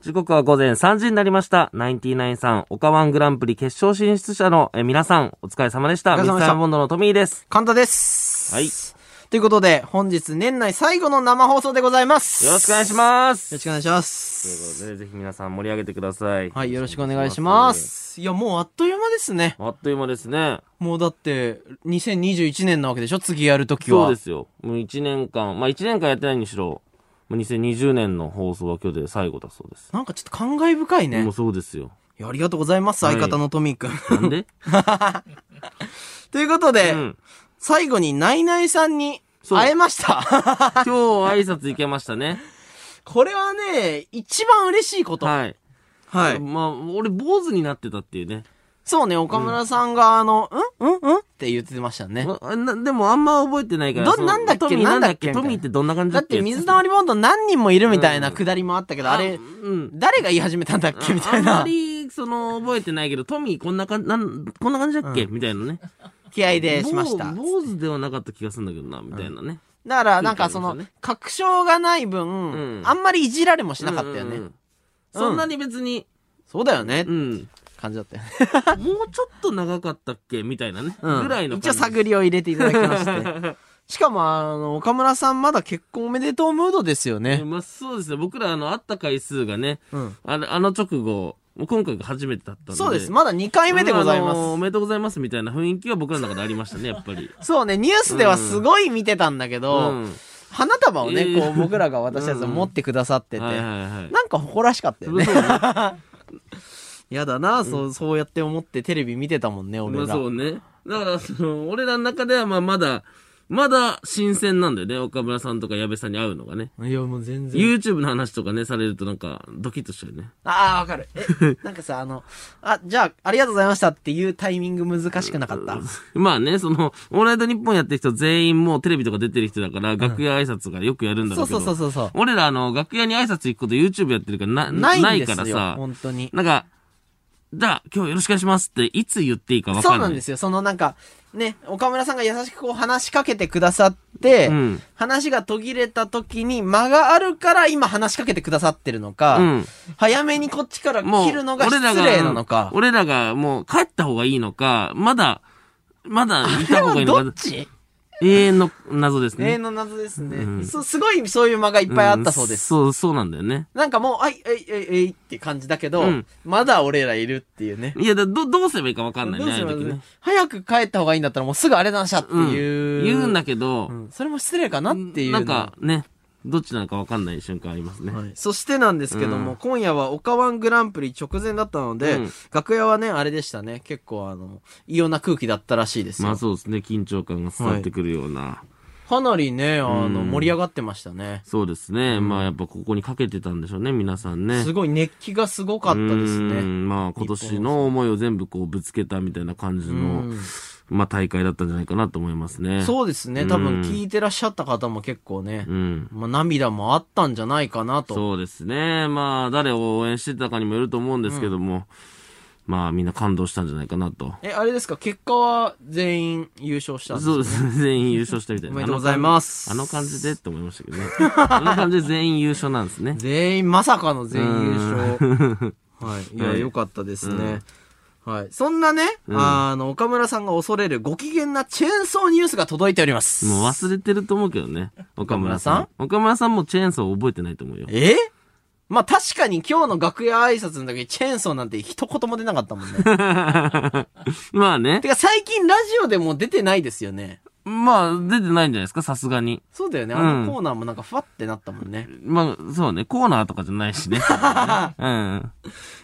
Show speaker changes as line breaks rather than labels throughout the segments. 時刻は午前3時になりました。ナインティナインさん、オカワングランプリ決勝進出者のえー皆さん、お疲れ様でした。
お疲
ミス
れ様でした
ターボンドのトミーです。
神田です。
はい。
ということで、本日年内最後の生放送でございます。
よろしくお願いし
す。
ま
よろ
す。
しくお願いしま
と
す。
いうことで、ぜひ皆さん盛り上げてください。
はい、よろしくお願いしま。す。いや、もうあっという間ですね。
あっという間ですね。
もうだって、2021年なわけでしょ次やるときは。
そうですよ。もう1年間、まあ1年間やってないにしろ、もう2020年の放送は今日で最後だそうです。
なんかちょっと感慨深いね。
もうそうですよ。
いやありがとうございます、
はい
相方のトミーくん。
なんで
ということで、
うん。
最後にナイナイさんに
そう
会えました。
今日挨拶行けましたね。
これはね、一番嬉しいこと。
はい。
はい
まあ、俺、坊主になってたっていうね。
そうね、岡村さんが、あの、うん、うん、うんって言ってましたね。
まあなでも、あんま覚えてないから。
ど
その
なんだっけ
トミーな
なんん
だ
だ
っ
っ
け
け
トミーってどんな感じ
だ
だ
っ
ってけ
水溜りボンド何人もいるみたいなくだりもあったけど、あれ、
うん。
誰が言い始めたんだっけみたい
あんま
な
り、その、覚えてないけど、トミーこんな感じ、なん、こんな感じだっけ、みたいなね。
気合でしました。
坊坊主ではなかった気がするんだけどな、みたいなね。
だから、なんかそ
いい
の
感じで、
確証がない
ん
分、あんまりいじられもしなかったよね。
うんうんうんそんなに別に、
そうだよね、
うん。
感じだったよね。
もうちょっと長かったっけみたいなね。
うん
ぐらいの感じ。
一応探りを入れていただき まして。しかも、あの、岡村さんまだ結婚おめでとうムードですよね。
まあ、そうですね。僕ら、あの、会った回数がね、
うん。
あのあの直後、もう今回が初めてだったんで。
そうです。まだ2回目でございま
あのお
す。
めでとうございますみたいな雰囲気は僕らの中でありましたね、やっぱり。
そうね、ニュースではすごい見てたんだけ
う
ど、
ん
花束を
え
ね、
ー
こう僕らが私たちが持ってくださってて、
はい
な
はいは い。
んか誇らしかったよね
そう。ね
やだな、そう、そうやって思ってテレビ見てたもんね、
ま
俺
あ
ら。
そうね。だから、その、俺らの中では、まあ、まだ、まだ新鮮なんだよね。岡村さんとか矢部さんに会うのがね。
いや、もう全然。
YouTube の話とかね、されるとなんか、ドキッとしたよね。
ああ、わかる。 え、なんかさ、あの、あ、じゃあ、ありがとうございましたっていうタイミング難しくなかった。
まあね、その、オールナイト日本やってる人全員もうテレビとか出てる人だから、楽屋挨拶がよくやるんだろ
そうう
けど。
そうそうそうそう。
俺らあの、楽屋に挨拶行くこと YouTube やってるからな、
ない
なんい
で
から
すよ。
さ、
本当に。
なんか、じゃあ今日よろしくお願いしますって、いつ言っていいかわかん
そ
な
う
い。
なんですよ。そのなんか、ね、岡村さんが優しくこう話しかけてくださって、
うん
話が途切れた時に間があるから今話しかけてくださってるのか、
うん。
早めにこっちから
もう、
切るのが失礼なのか。
俺らが、俺らがもう帰った方がいいのか、まだ、まだいた方が
こ
い
れ
いの
はどっ
か、
ち
永遠の謎です
永
ね。
遠の謎ですね、
うん
そ。すごいそういう間がいっぱいあったそうです。
んそう、そうなんだよね。
なんかもう、あい、えい、えい、えいって感じだけど、
うん
まだ俺らいるっていうね。
いや、だど、どうすればいいかわかんない
ど
ね、
う
ああ
す
い
れ
う
ばいい
時ね。
早く帰った方がいいんだったらもうすぐあれなしゃっていう、
うん。言うんだけど、
うんそれも失礼かなっていうの
な
は
んかね、どっちなのかわかんない瞬間ありますね。
はい、そしてなんですけども、
うん
今夜は「オカワングランプリ」直前だったので、
うん
楽屋はねあれでしたね結構あの異様な空気だったらしいですよ、
まあそうですね、緊張感が伝わってくるような。
かなりねあの
うん
盛り上がってましたね、
そうですね、まあやっぱここにかけてたんでしょうね、皆さんね。
すごい熱気がすごかったです
う
ね
んまあ今年の思いを全部こうぶつけたみたいな感じの、
うん
まあ大会だったんじゃないかなと思いますね。
そうですね多分聞いてらっしゃった方も結構ね、
うん。
まあ、涙もあったんじゃないかなと
そうですね。まあ誰を応援してたかにもよると思うんですけども、まあみんな感動したんじゃないかなと。
えあれですか結果は全員優勝したんですか
そうですね。全員優勝したみたい
お
な。
めでとうございます
あの感じでって思いましたけどね。あの感じで全員優勝なんです ね。
全員、まさかの全員優勝。 はい。い
は
や、
い
良かったですね。はい。そんなね、あの、岡村さんが恐れるご機嫌なチェーンソーニュースが届いております。
もう忘れてると思うけどね。岡村さん。岡村さんもチェーンソー覚えてないと思うよ。
えまあ、確かに今日の楽屋挨拶の時にチェーンソーなんて一言も出なかったもんね。
まあね
て。か最近ラジオでも出てないですよね。
まあ、出てないんじゃないですか、さすがに。
そうだよね。
うん
あのコーナーもなんかふわってなったもんね。
まあ、そうね。コーナーとかじゃない しね。うん。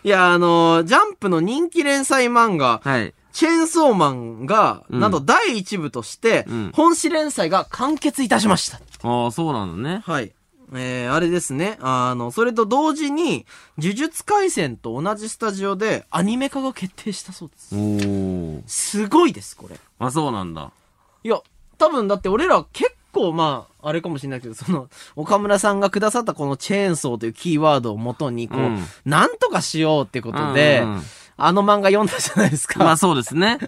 いや、あのジャンプの人気連載漫画、
はい。
チェーンソーマンが、
うん
なんと第一部として
うん、
本誌連載が完結いたしました。
ああ、そうなのね。
はい。えー、あれですね。あの、それと同時に、呪術廻戦と同じスタジオでアニメ化が決定したそうです。
おお。
すごいです、これ。
あ、そうなんだ。
いや、多分だって俺ら結構まあ、あれかもしれないけど、その、岡村さんがくださったこのチェーンソーというキーワードをもとに、こう、
うん
なんとかしようってことで、
うんうんうん
あの漫画読んだじゃないですか。
まあ、そうですね。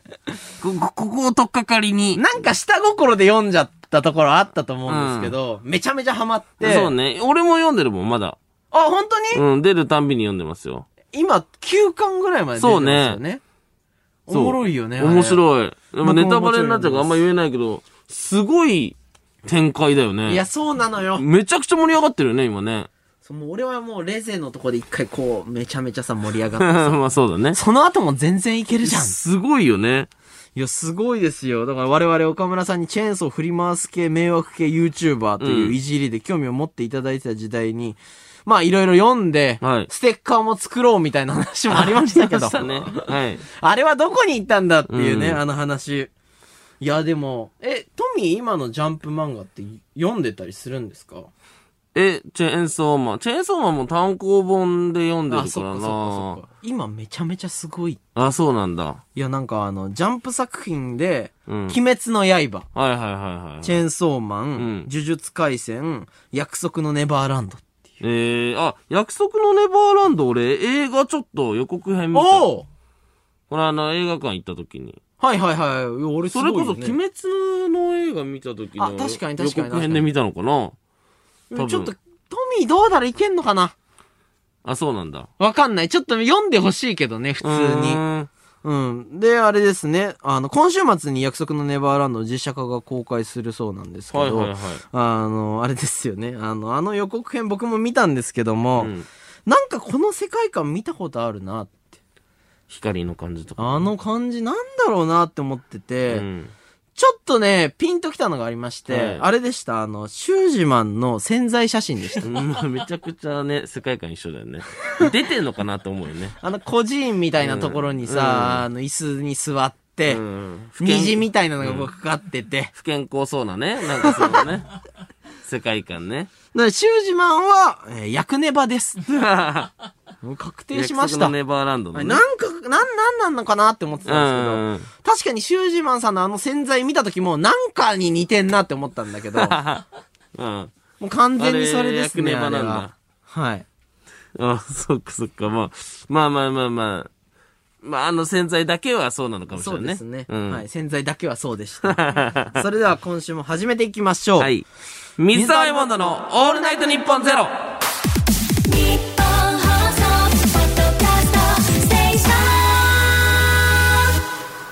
こ、こここを取っかかりに。
なんか下心で読んじゃったところあったと思うんですけど、めちゃめちゃハマって、
そうね。俺も読んでるもん、まだ。
あ、本当に、
うん、出るたんびに読んでますよ。
今、9巻ぐらいまで出てますよね。お
そう
もろいよね。
面
い。
白い。でも
僕も
ネタバレになっちゃうからあんま言えないけど、すごい展開だよね。
いや、そうなのよ。
めちゃくちゃ盛り上がってるよね、今ね。
そうもう俺はもうレゼのとこで一回こう、めちゃめちゃさ、盛り上がって。
まあそうだね。
その後も全然いけるじゃん。
すごいよね。
いや、すごいですよ。だから我々岡村さんにチェーンソー振り回す系、迷惑系 YouTuber といううんいじりで興味を持っていただいてた時代に、まあいろいろ読んで、
はい
ステッカーも作ろうみたいな話もありまし たけど。
ね。はい。
あれはどこに行ったんだっていうね、
うん
あの話。いや、でも、え、トミー今のジャンプ漫画って読んでたりするんですか
え、チェーンソーマン。チェーンソーマンも単行本で読んで
あ、
るか
そっ
ら
かそっか
な
そっ。か。今めちゃめちゃすごい。
あ、そうなんだ。
いや、なんかあの、ジャンプ作品で、
うん。はい
鬼滅の刃、
はいはいはい。
チェーンソーマン、
ん
呪術廻戦、約束のネバーランド。
えー、あ、約束のネバーランド、俺、映画ちょっと予告編見た。
おお
これあの、映画館行った時に。
はいはいはい。いや俺す
そ
ごい
れ
よ、ね
こ、そ、鬼滅の映画見た時の。
あ確かに確かに
予告編で見たのかな多分
ちょっと、トミーどうだらいけんのかな
あ、そうなんだ。
わかんない。ちょっと読んでほしいけどね、普通に。
に。
うん。で、あれですね。あの、今週末に約束のネバーランドの実写化が公開するそうなんですけど、
はいはいはい。
あの、あれですよね。あの、あの予告編僕も見たんですけども、
うん
なんかこの世界観見たことあるなって。
光の感じとか。
あの感じなんだろうなって思ってて、
うん。
ちょっとね、ピンときたのがありまして、
はい
あれでした。あの、シュージマンの潜在写真で した。
うんまあめちゃくちゃね、世界観一緒だよね。出てんのかなと思うよね。
あの、孤児院みたいなところにさ、
うん
あの、椅子に座って、
うん不健
虹みたいなのがこうかかってて、
不健康そうなね。なんかその ね。世界観ね。
だから、シュージマンは、えー、役ネバ です。
確
もう確定しました。
のネバーランドの
は
ね。
いなんか、なん、なんなんのかなって思ってた
うん。
んですけど、確かにシュージマンさんのあの洗剤見た時も、なんかに似てんなって思ったんだ けど、も
うん。
う完全にそれです
あれ
ね。
役ネバなんだ
あれははい。
あ、そっかそっか。まあ、まあまあまあまあ。まあ、あの洗剤だけはそうなのかもしれ
そ
な
う
いね。
ですね。
うん。
はい。洗剤だけはそう でした。それでは今週も始めていきましょう。
はい。水溜りボンドのオールナイトニッポンゼロ
日本放送ポッドキャストステーシ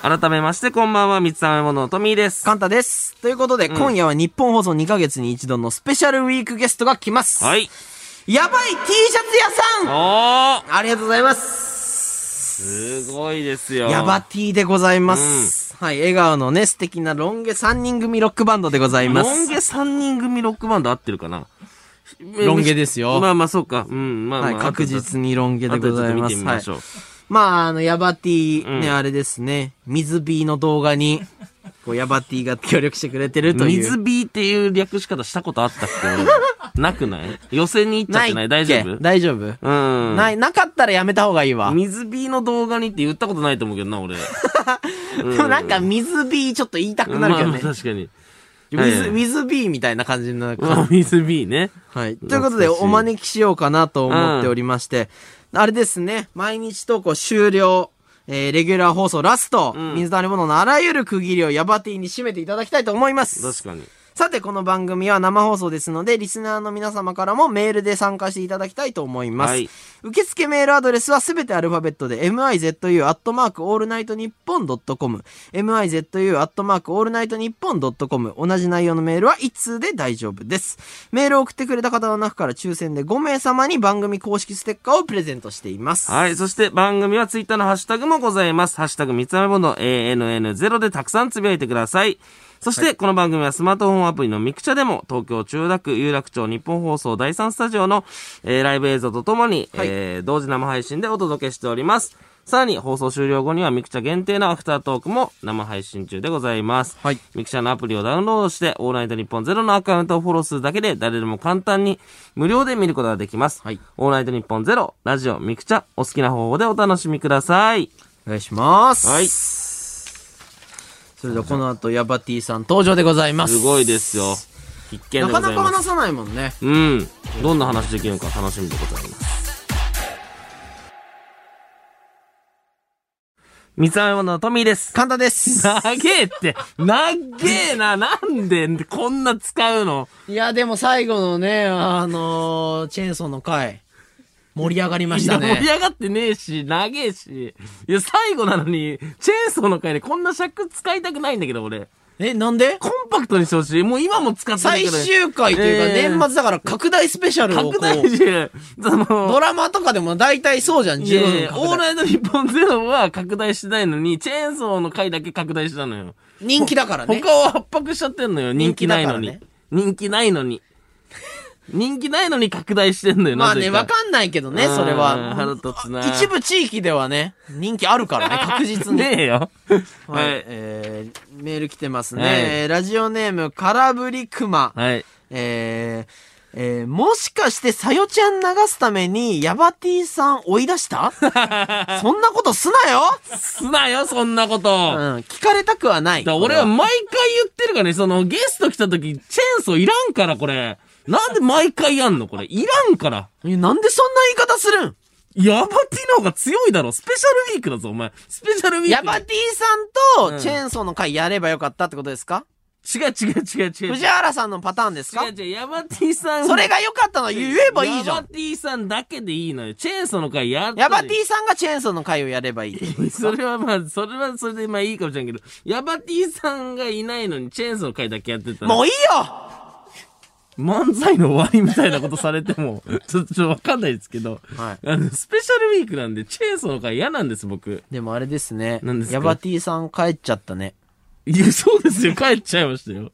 ョ
改めまして、こんばんは、水溜りボンドのトミーです。
カンタです。ということで、今夜は日本放送2ヶ月に一度のスペシャルウィークゲストが来ます。
はい。
やばい T シャツ屋さん
おー
ありがとうございます。
すごいですよ。
ヤバ T でございます。はい、笑顔のね、素敵なロン毛3人組ロックバンドでございま
ロン
す。
毛3人組ロックバンド合ってるかな
ロン毛ですよ
まあまあそうか。うん、まあま
は
あ。
い、確実にロン毛
で
でご
ご
ざ
ざ
い
い
ま。
ますす。
は
はいい。。
まあ、あの、ヤバ T、ね、
うん
あれですね、水 B の動画に、こう、ヤバ T が協力してくれてるという。
水 B っていう略し方したことあったっけなくない予選に行っちゃってない
っ
大
け
丈夫
大丈夫、
うん。。
ないい、なかったらやめた方がいいわ。
水 B の動画にって言ったことないと思うけどな、俺。
でもなんか、水 B ちょっと言いた くなるけど
ま
ね
あ。まあ確かに。
ウ
まあ
ィズ、
ええ
ウィズ B みたいな感じになるから
まあ水 B ね。
はい。ということで、
懐かしい
お招きしようかなと思っておりまして、あれですね、毎日投稿終了、えー、レギュラー放送ラスト、
ん
水溜りボンドのあらゆる区切りをヤバティに締めていただきたいと思います。
確かに。
さて、この番組は生放送ですので、リスナーの皆様からもメールで参加していただきたいと思います。
はい
受付メールアドレスはすべてアルファベットで mizu.allnightnippon.com mizu.allnightnippon.com 同じ内容のメールは1通で大丈夫です。メールを送ってくれた方の中から抽選で5名様に番組公式ステッカーをプレゼントしています。
はい。そして番組はツイッターのハッシュタグもございます。ハッシュタグ三つ目ボンド ANN0 でたくさんつぶやいてください。そして、この番組はスマートフォンアプリのミクチャでも、東京中楽有楽町日本放送第3スタジオの、えーライブ映像とともに、
はい
えー同時生配信でお届けしております。さらに、放送終了後にはミクチャ限定のアフタートークも生配信中でございます。
はい
ミクチャのアプリをダウンロードして、オールナイトニッポンゼロのアカウントをフォローするだけで、誰でも簡単に無料で見ることができます。
はい
オールナイトニッポンゼロ、ラジオ、ミクチャ、お好きな方法でお楽しみください。
お願いします。
はい
それではこの後、ヤバティさん登場でございます。
すごいですよ。必見で
な
ござ
か
います。
なか話さないもんね。
うん。どんな話できるのか楽しみでございます。三つ山のトミーです。
簡 単です。
長えって、長えな、なんで、こんな使うの。
いや、でも最後のね、あのーチェーンソーの回。盛り上がりま
い
した
や、盛り
ね。
上がってねえし、長えし。いや、最後なのに、チェーンソーの回でこんな尺使いたくないんだけど、俺。
え、なんで
コンパクトにしてほしい。もう今も使ってるけ
最
ど。
終回というか、年末だから拡大スペシャルをこ
拡大
う、
して、その、
ドラマとかでも大体そうじゃん、
いやい
15
や
分
オール
拡大。
ナイト日本ゼロは拡大してないのに、チェーンソーの回だけ拡大したのよ。
人気だからね。
他を圧迫しちゃってんのよ、人気ないのに。
人気だ
人気ないのに。人気ないのに拡大してんのよ、
まあ
なぜ
ね、わかんないけどね、それ
うん
は。
腹立つな。
一部地域ではね、人気あ るからね、確実に。
ねえよ。
は
はいい。。
えー、メール来てます
はい
ね。えーラジオネーム、空振り熊。
はい。
えー、えー、もしかして、さよちゃん流すために、ヤバティさん追い出した そんなことすなよ
すなよ、そんなこと。
うん、聞かれたくはない。
だから俺は毎回言ってるからね、そのゲスト来た時、チェーンソーいらんから、これ。なんで毎回やんのこれ。いらんから。
えなんでそんな言い方するん
ヤバティの方が強いだろ。スペシャルウィークだぞ、お前。スペシャルウィーク。
ヤバティさん
うん
と、チェーンソーの回やればよかったってことですか、
違う違う違う違う。
藤原さんのパターンですか
違う違う、ヤバティさん。
それが良かったの言えばいいじゃ
ヤバ
ん。
ティさんだけでいいのよ。チェーンソーの回やった
ヤバテ
ィ
ィさんがチェーンソーの回をやればいいってことですか
それはまあ、それはそれでまあいいかもしれんけど、ヤバティさんがいないのにチェーンソーの回だけやってたら、
もういいよ
漫才の終わりみたいなことされて も、ちょっとちょっとわかんないですけど、
はい
あの、スペシャルウィークなんで、チェーンソーの回嫌なんです、僕。
でもあれですね。
何ですか
ヤバティさん帰っちゃった ね。
いや、そうですよ、帰っちゃいましたよ。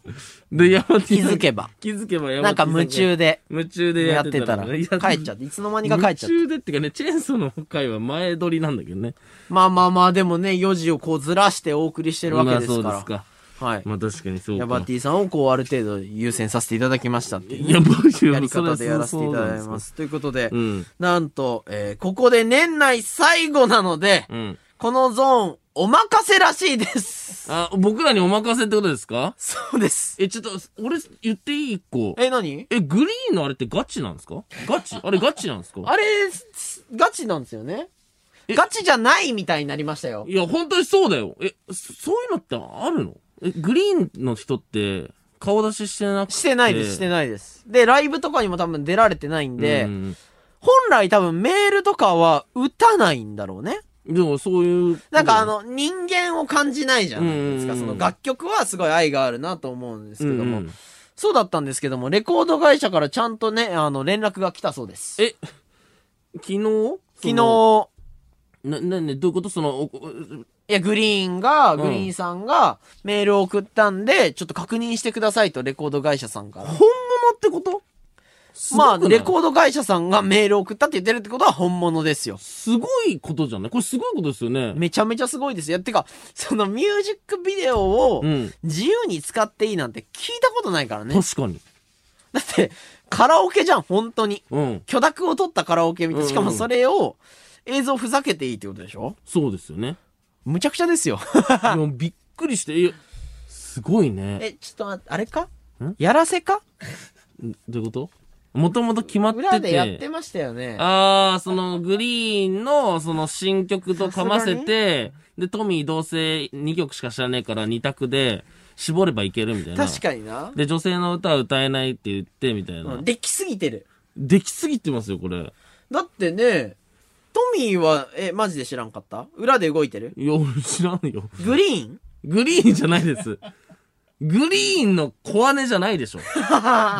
で、ヤバティ
気づけば。
気づけばヤバティさん
なんか夢中で。
夢中で
や
や
っ
ってて
た
た
ら、
ら、
帰っちゃ
っ
って。いつの間にか帰っちゃっ
夢中でっていうかね、チェーンソーの回は前撮りなんだけどね。
た。まあまあまあ、でもね、4時をこうずらしてお送りしてるわけですから。
まあ、そうですか。
はい。
まあ確かにそうか。
ヤバティさんをこうある程度優先させていただきましたっていう
いや、僕
やり方でやらせていただきま。す。ということで、
うん
なんと、えーここで年内最後なので、
うん。
このゾーン、お任せらしいです。
あ、僕らにお任せってことですか
そうです。
え、ちょっと、俺言っていい一個。
え、何
え、グリーンのあれってガチなんですかガチあれガチなんですか
あれ、すガチなんですよね
え
ガチじゃないみたいになりましたよ。
いや、本当にそうだよ。え、そそういうのってあるのえ、グリーンの人って、顔出ししてなくて。
してないです、して
ない
ないです。で、ライブとかにも多分出られてないんで、
うん、
本来多分メールとかは打たないんだろうね。
でもそういう。
なんかあ、の、人間を感じないじゃないですか。
うん
そ
うんう
の
ん
楽曲はすごい愛があるなと思うんで
う
すけ
ん
ど
う
も、
ん、
そうだったんですけども、レコード会社からちゃんとね、あの、連絡が来たそうです。
え、昨日
昨日、い
そのな、な、ね、どういうことその、おお
や、グリーンが、
ん
グリーンさんがメールを送ったんで、ちょっと確認してくださいと、レコード会社さんから。
本物ってこと
まあ、レコ
ー
ード会社さんがメールを送ったって言ってるってことは本物ですよ。
すごいことじゃないこれすごいことですよね。
めちゃめちゃすごいですよ。てか、そのミュージックビデオを
うん
自由に使っていいなんて聞いたことないからね。
確かに。
だって、カラオケじゃん、本当に。
うん。
許諾を取ったカラオケみたい。
うんうん
しかもそれを映像ふざけていいってことでしょ
そうですよ ね。
むちゃくちゃですよ。
でもびっくりして、いやすごいね。
え、ちょっと待って、あれか
ん
やらせか
どういうこともともと決まってて。
裏でやってましたよね。
ああ、そのグリーンのその新曲とかませて、で、トミーどうせ2曲しか知らねえから2択で絞ればいけるみたいな。
確かにな。
で、女性の歌は歌えないって言ってみたいな。
うんできすぎてる。
できすぎてますよ、これ。
だってね、トミーは、え、マジで知らんかった裏で動いてる
いや、俺知らんよ。
グリーン
グリーンじゃないです。グリーンの小姉じゃないでしょ。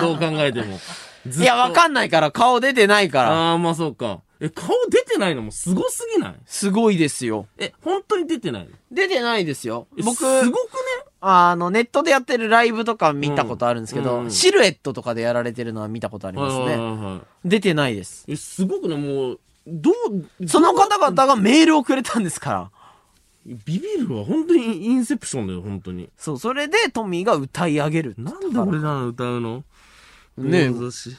どう考えても。ずっ
い
と
や、わかんないから、顔出てないか
あ
ら。
あ、まあそうか。え、顔出てないのもすごすぎない
すごいですよ。
え、本当に出てないの
出てないですよ。
え
僕、
すごくね
あの、ネットでやってるライブとか見たことあるんですけど、
うんうん
シルエットとかでやられてるのは見たことあります
はい
ね。
はいはいはい。
出てないです。
え、すごくね、もう、どう、
その方々がメールをくれたんですから。
ビビるわ。本当にインセプションだよ、本当に。
そう、それでトミーが歌い上げるって言
な
ったから。
んで俺らの歌うの
ねえ
珍しい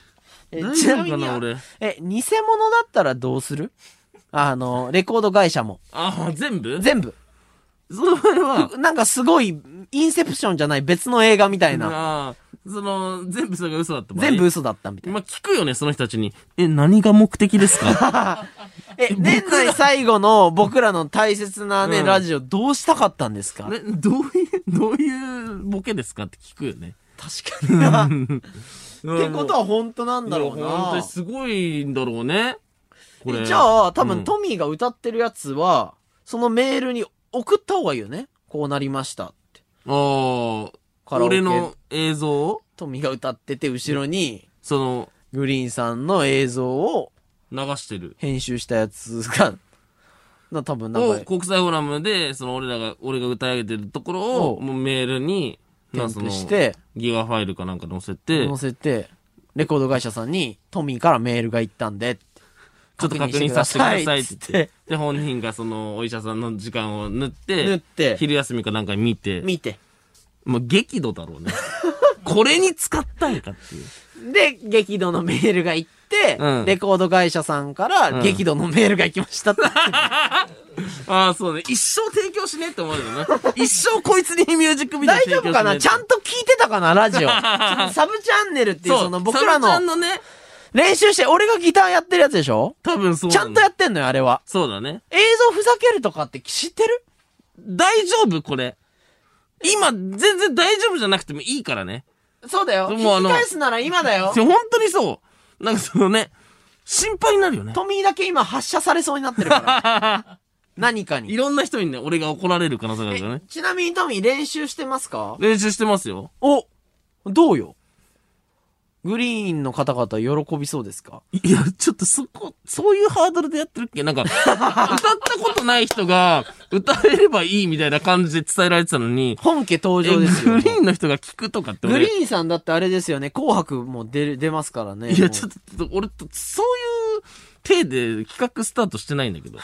え
大
ち
丈
な
夫
み
か
に
な、俺。
え、偽物だったらどうするあの、レコード会社も。
ああ、全部
全部。
その場合は、
なんかすごい、インセプションじゃない別の映画みたいな。
ああ、その、全部それが嘘だった場合
全部嘘だったみたいな。
今聞くよね、その人たちに。え、何が目的です か
え、年内最後の僕らの大切なね、
うん
ラジオどうしたかったんですか
ね、どういう、どういうボケですかって聞くよね。
確かにな。って
って
ことは本当なんだろう
本当
な
に。すごいんだろうね。これ。
じゃあ、多
う
分
ん
トミーが歌ってるやつは、そのメールに送った方がいいよね。こうなりましたって。
ああ、
カラオケ
俺の映像を、
トミーが歌ってて、後ろに、
その、
グリーンさんの映像を
流してる。
編集したやつが、な多分なん
を
か、
国際フォーラムで、その俺らが、俺が歌い上げてるところを、
お
もうメールに、
添
その
付して、
ギガファイルかなんか載せて、ちょ
載せて、レコード会社さんに、トミーからメールが行ったんでって、
っと確認させてくださいっ
つ
て
っ
言って
て、、
で、本人がその、お医者さんの時間を縫って、
縫って
昼休みかなんかに見て、
見て。
もう激怒だろうね。これに使ったんかって いう。
で、激怒のメールが行って、
うん
レコード会社さんか
う
ら、
ん
激怒のメールが行きましたって。
ああ、そうね。一生提供しねえって思うよね。一生こいつにミュージックビデオ
大
提供しね
丈
え
夫かなちゃんと聞いてたかな ラジオ。ちょっとサブチャンネルっていう、
そう、
その僕ら
サブちゃん
の
のね、
練習して、俺がギターやってるやつでしょ
多分そう
ち
な
ゃ
の
んとやってんのよ、あれは。
そうだね。
映像ふざけるとかって知ってる
大丈夫これ。今、全然大丈夫じゃなくてもいいからね。
そうだよ。
もうあ
聞
の
き返すなら今だよ
い。や本当にそう。なんかそのね、心配になるよね。
トミーだけ今発射されそうになってるから。 何か
い
に。
ろんな人にね、俺が怒られる可能性があるから
え
ね。
ちなみにトミー練習してますか
練習してますよ。
お、どうよグリーンの方々喜びそうですか
いや、ちょっとそこ、そういうハードルでやってるっけなんか、歌ったことない人が歌えればいいみたいな感じで伝えられてたのに、
本家登
えグ
場
リ
ですよ。
ーンの人が聞くとかって
グ
俺
リーンさんだってあれですよね、紅白も出る、出ますからね。
いや、
もう
ちょっと、俺と、そういう体で企画スタートしてないんだけど。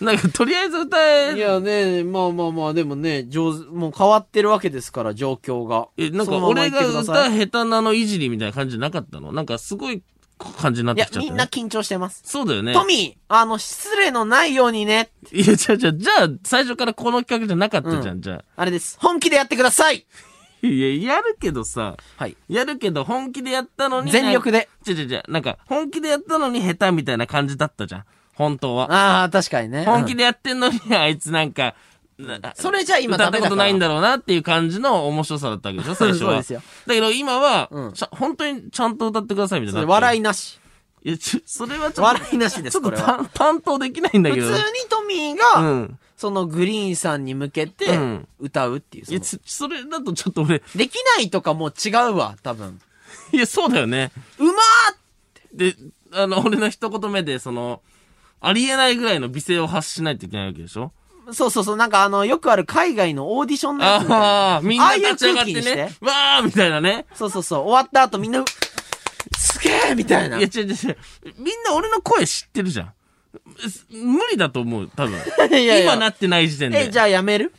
なんか、とりあえず歌え、
いやね、まあまあまあ、でもね、上手、もう変わってるわけですから、状況が。
え、なん
その
か、
まま
俺
言って
が
くだ
歌
さい
下手なのいじりみたいな感じじゃなかったのなんか、すごい感じになっ
い
て
や
きち、ゃっ
み
た、
んな
ね。
緊張してます。
そうだよね。
トミー、あの、失礼のないようにね。
いや、じゃあ、じゃあ、じゃあ、最初からこの企画じゃなかったじゃん、
う
じゃ
あれです。本気でやってください
あ。いや、やるけどさ、
はい。
やるけど本気でやったのに。
全力で。
じゃじゃじゃ、なんか、本気でやったのに下手みたいな感じだったじゃん。本当は。
ああ、確かにね。
本気
うん
でやってんのに、あいつなんか、な
それじゃ今
歌
ダ
った
メだ
こ
から
とないんだろうなっていう感じの面白さだったわけでし ょ、最初
そう
は。
ですよ
だけど今は、
うん
ちゃ本当にちゃんと歌ってくださいみたい
そ
なっ
れ
てる。
笑いなし。
いや、ちょ、それはちょっと。
笑いなしです
ちょっと
これは
担担当できないんだ
普
け
通
ど。
にトミー
う
が、
ん。
そのグリーンさんに向けて
うん、
歌うっていう。
い
そ
や、
の
ちそれだとちょっと俺、
できないとかも違うわ、多分。
いや、そうだよね。
うまー
で、あの、俺の一言目で、その、ありえないぐらいの美声を発しないといけないわけでしょ
そうそうそう、なんかあの、よくある海外のオーディションのやつみたいな
ああ、みんな
ああいう
立ち上がっ
空
て
気に
ね
して。。
わーみたいなね。
そうそうそう、終わった後みんな、すげえみたいな。
いや、違う違う違う。みんな俺の声知ってるじゃん。す無理だと思う、多分。
いやいや
今なってない時点で。
え、じゃあやめる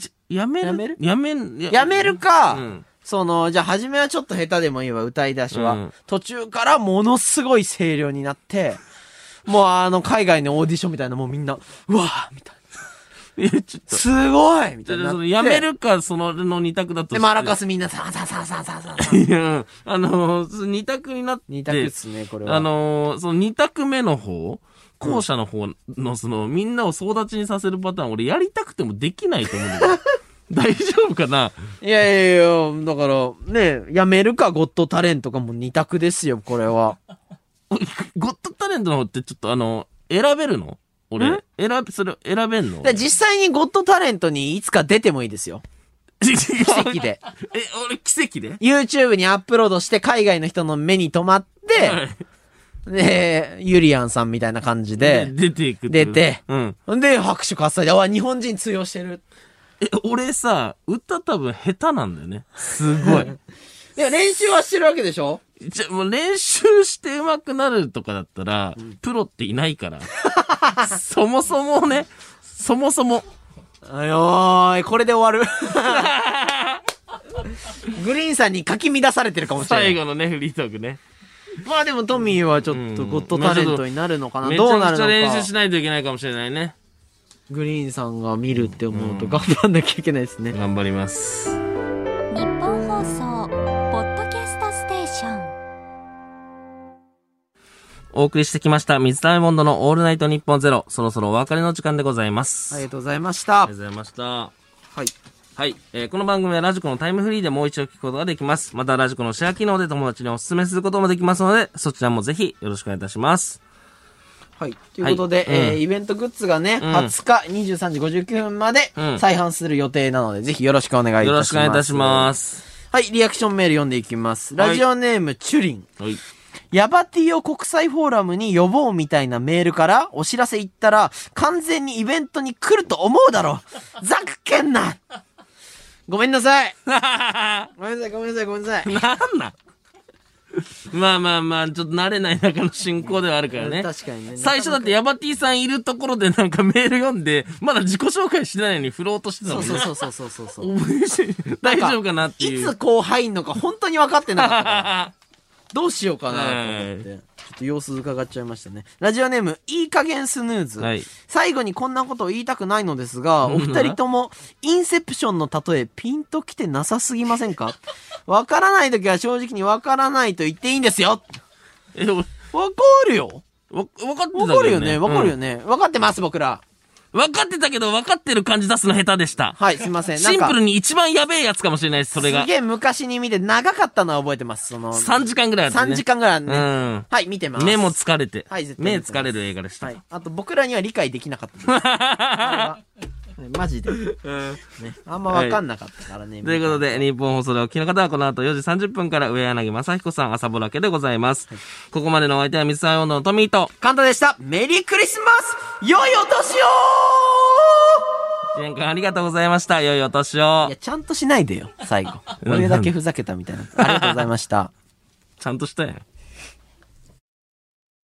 ちやめる
やめる
やめんや
やめるか、
うん
その、じゃあ初めはちょっと下手でもいいわ、歌い出しは。
うん
途中からものすごい声量になって、もうあの、海外のオーディションみたいな、もうみんな、うわーみたいな。
いや、ちょっと。
すごいみ
じ
た
ゃ
い
あじゃ
に
あ
なっ
その
て。
やめるか、その、の二択だと
で、マラカ
ス。
スみんな、さんさんさんさんさんさんさん。
いや、あのー、二択になって。
二択っすね、これは。
あ、のー、その二択目の方、後者の方の、その、みんなを総立ちにさせるパターン、俺やりたくてもできないと思うんだ けど。大丈夫かない
やいやいや、だから、ね、やめるか、ゴッドタレントかもう二択ですよ、これ は。
ゴッドタレントの方ってちょっとあの、選べるの俺。選べ、それ選べんの
で実際にゴッドタレントにいつか出てもいいですよ。
奇
奇跡。
え、
で。
俺奇跡で
YouTube にアップロードして海外の人の目に留まって、で、ユリアンさんみたいな感じ
で、
で、
出ていくっていう
出て
うん。
で、拍手喝采で、あ、日本人通用してる。
え、俺さ、歌多分下手なんだよね。すごい。
でも練習はしてるわけでしょ
じゃ、もう練習して上手くなるとかだったら、プロっていないから。 そもそもね、そもそも。
あよーい、これで終わる。 グリーンさんにかき乱されてるかもしれない。
最後のね、フリートークね。
まあでもトミーはちょっとゴッドタレントになるのかな、
めち
どうな
ゃ
る
くち
のか
ゃ練習しないといけないかもしれないね。
グリーンさんが見るって思うと頑張んなきゃいけないですね、
頑張ります。
日本放送ポッドキャストステーション
お送りしてきました、水溜りボンドのオールナイトニッポンゼロ。そろそろお別れの時間でございます。
あり
あり
がとうございました
がとうございました。
はい
はい。えーこの番組はラジコのタイムフリーでもう一度聞くことができます。またラジコのシェア機能で友達にお勧めすることもできますので、そちらもぜひよろしくお願いいたします。
はい。ということで、
はい
えー
うん
イベントグッズがね、20日23時59分まで
うん
再販する予定なので、ぜひよろしくお願いいたします。
よろしくお願いいたします。
す。はい、リアクションメール読んでいきます。
はい
ラジオネーム、チュリン。
はい。
ヤバティを国際フォーラムに呼ぼうみたいなメールからお知らせ言ったら完全にイベントに来ると思うだろ うざくけんなごめんなさいごめんなさいごめんなさいごめんなさい、
なんなんまあまあまあ、ちょっと慣れない中の進行ではあるからね。
確かにね。
最初だってヤバティさんいるところでなんかメール読んで、 まだ自己紹介してないのに振ろうとしてたも
そうん
ね。
そうそうそうそうそうそう。
大丈夫かなって
い
いう。
つこう入んのか本当に分かってなかったから。どうしようかなと思って。
は
ちょっと様子伺っちゃいましたね。ラジオネーム、いい加減スヌーズ。
はい
最後にこんなことを言いたくないのですが、お二人とも、インセプションの例え、ピンときてなさすぎませ んかわからないときは正直にわからないと言っていいんですよ
え、わ、わ
わかるよ
わかってたけど
わかるよねわかるよ
ね。
ね、わかってます、僕ら。
うんわかってたけど、わかってる感じ出すの下手でした。
はい、すいません。なん
シン
か
プルに一番やべえやつかもしれないです、それが
すげ。え昔に見て長かったのは覚えてます。その、
3時間ぐらいあったね。
3時間ぐらいあるね。
うん
はい、見てます。
目も疲れて。
はい絶対
目
見てます
疲れる映画でした。
はい。あと、僕らには理解できなかったです。あれはね マジで。ね、あんま分かんなかったからね。
ということで、日本放送でお聞きの方は、この後4時30分から、上柳正彦さん、朝ぼらけでございます。ここまでのお相手は、水沢温度のトミーと、
簡単でした。メリークリスマス良いお年
1年間ありがとうございました。良いお年を
をいや、。ち ゃんとしないでよ、最後。俺だけふざけたみたいな。ありがとうございました。
ちゃんとしたやん。